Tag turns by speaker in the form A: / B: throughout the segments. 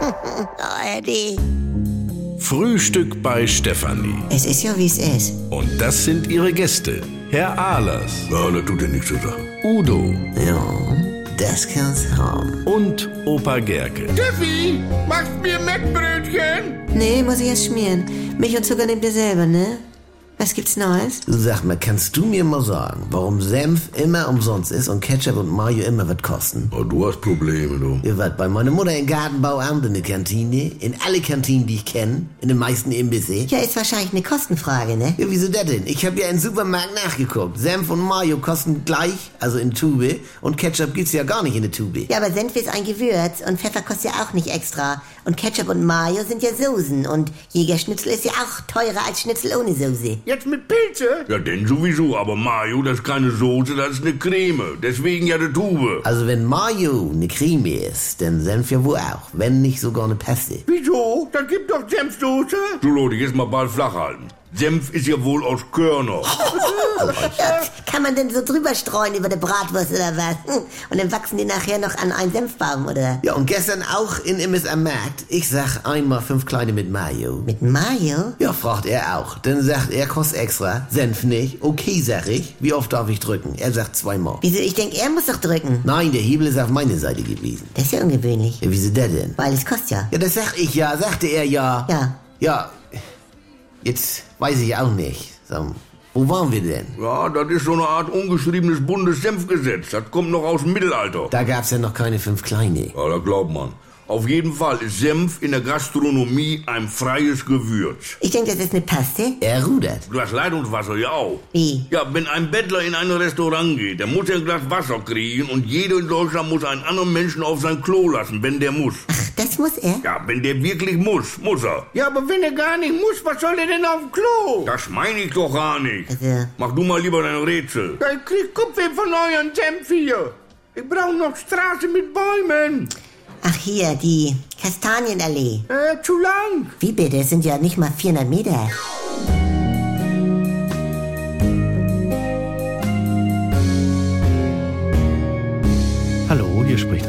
A: Oh, Eddie.
B: Frühstück bei Stefanie.
A: Es ist ja, wie es ist.
B: Und das sind ihre Gäste. Herr Ahlers. Ja, das tut ja nichts zu sagen. Udo
A: Ja, das kann's haben.
B: und Opa Gerke.
C: Steffi, machst mir Mettbrötchen?
A: Nee, muss ich erst schmieren. Milch und Zucker nehmt ihr selber, ne? Was gibt's Neues?
D: Du sag mal, kannst du mir mal sagen, warum Senf immer umsonst ist und Ketchup und Mayo immer was kosten?
C: Oh, du hast Probleme, du.
D: Ihr wart bei meiner Mutter im Gartenbauamt in der Kantine, in alle Kantinen, die ich kenne, in den meisten E Imbisse.
A: Ja, ist wahrscheinlich eine Kostenfrage, ne?
D: Ja, wieso das denn? Ich habe ja im Supermarkt nachgeguckt. Senf und Mayo kosten gleich, also in Tube, und Ketchup gibt's ja gar nicht in der Tube.
A: Ja, aber Senf ist ein Gewürz und Pfeffer kostet ja auch nicht extra. Und Ketchup und Mayo sind ja Soßen und Jägerschnitzel ist ja auch teurer als Schnitzel ohne Soße.
C: Jetzt mit Pilze? Ja, denn sowieso. Aber Mayo, das ist keine Soße, das ist eine Creme. Deswegen ja eine Tube.
D: Also wenn Mayo eine Creme ist, dann Senf ja wohl auch, wenn nicht sogar ne eine Paste.
C: Wieso? Da gibt doch Senfsoße. Du, Leute, jetzt mal bald flach halten. Senf ist ja wohl aus Körner.
A: Ja, Kann man denn so drüber streuen über eine Bratwurst oder was? Hm, Und dann wachsen die nachher noch an einen Senfbaum, oder?
D: Ja, und gestern auch in Immes am Markt. Ich sag einmal fünf Kleine mit Mayo.
A: Mit Mayo?
D: Ja, fragt er auch. Dann sagt er, kostet extra. Senf nicht. Okay, sag ich. Wie oft darf ich drücken? Er sagt zweimal.
A: Wieso? Ich denke, er muss doch drücken.
D: Nein, der Hebel ist auf meine Seite gewesen.
A: Das ist ja ungewöhnlich.
D: Ja, wieso der denn?
A: Weil es kostet ja.
D: Ja, das sag ich ja, sagte er ja.
A: Ja.
D: Ja, jetzt weiß ich auch nicht. So, wo waren wir denn?
C: Ja, das ist so eine Art ungeschriebenes Bundessenfgesetz. Das kommt noch aus dem Mittelalter.
D: Da gab's ja noch keine fünf Kleine.
C: Ja, da glaubt man. Auf jeden Fall ist Senf in der Gastronomie ein freies Gewürz.
A: Ich denke, das ist eine Paste.
D: Er rudert.
C: Glas Leitungswasser, ja auch.
A: Wie?
C: Ja, wenn ein Bettler in ein Restaurant geht, der muss er ein Glas Wasser kriegen und jeder in Deutschland muss einen anderen Menschen auf sein Klo lassen, wenn der muss.
A: Ach, das muss er?
C: Ja, wenn der wirklich muss, muss er. Ja, aber wenn er gar nicht muss, was soll er denn auf dem Klo? Das meine ich doch gar nicht.
A: Also,
C: Mach du mal lieber dein Rätsel. Ich krieg Kupfer von euren Senf hier. Ich brauche noch Straße mit Bäumen.
A: ach hier, die Kastanienallee.
C: Äh, zu lang.
A: Wie bitte? Das sind ja nicht mal 400 Meter.
E: Hallo, hier spricht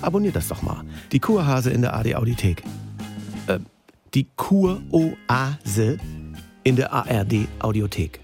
E: Abonniert das doch mal. Die Kurhase in der AD Audiothek. Äh, die Kuroase in der ARD Audiothek.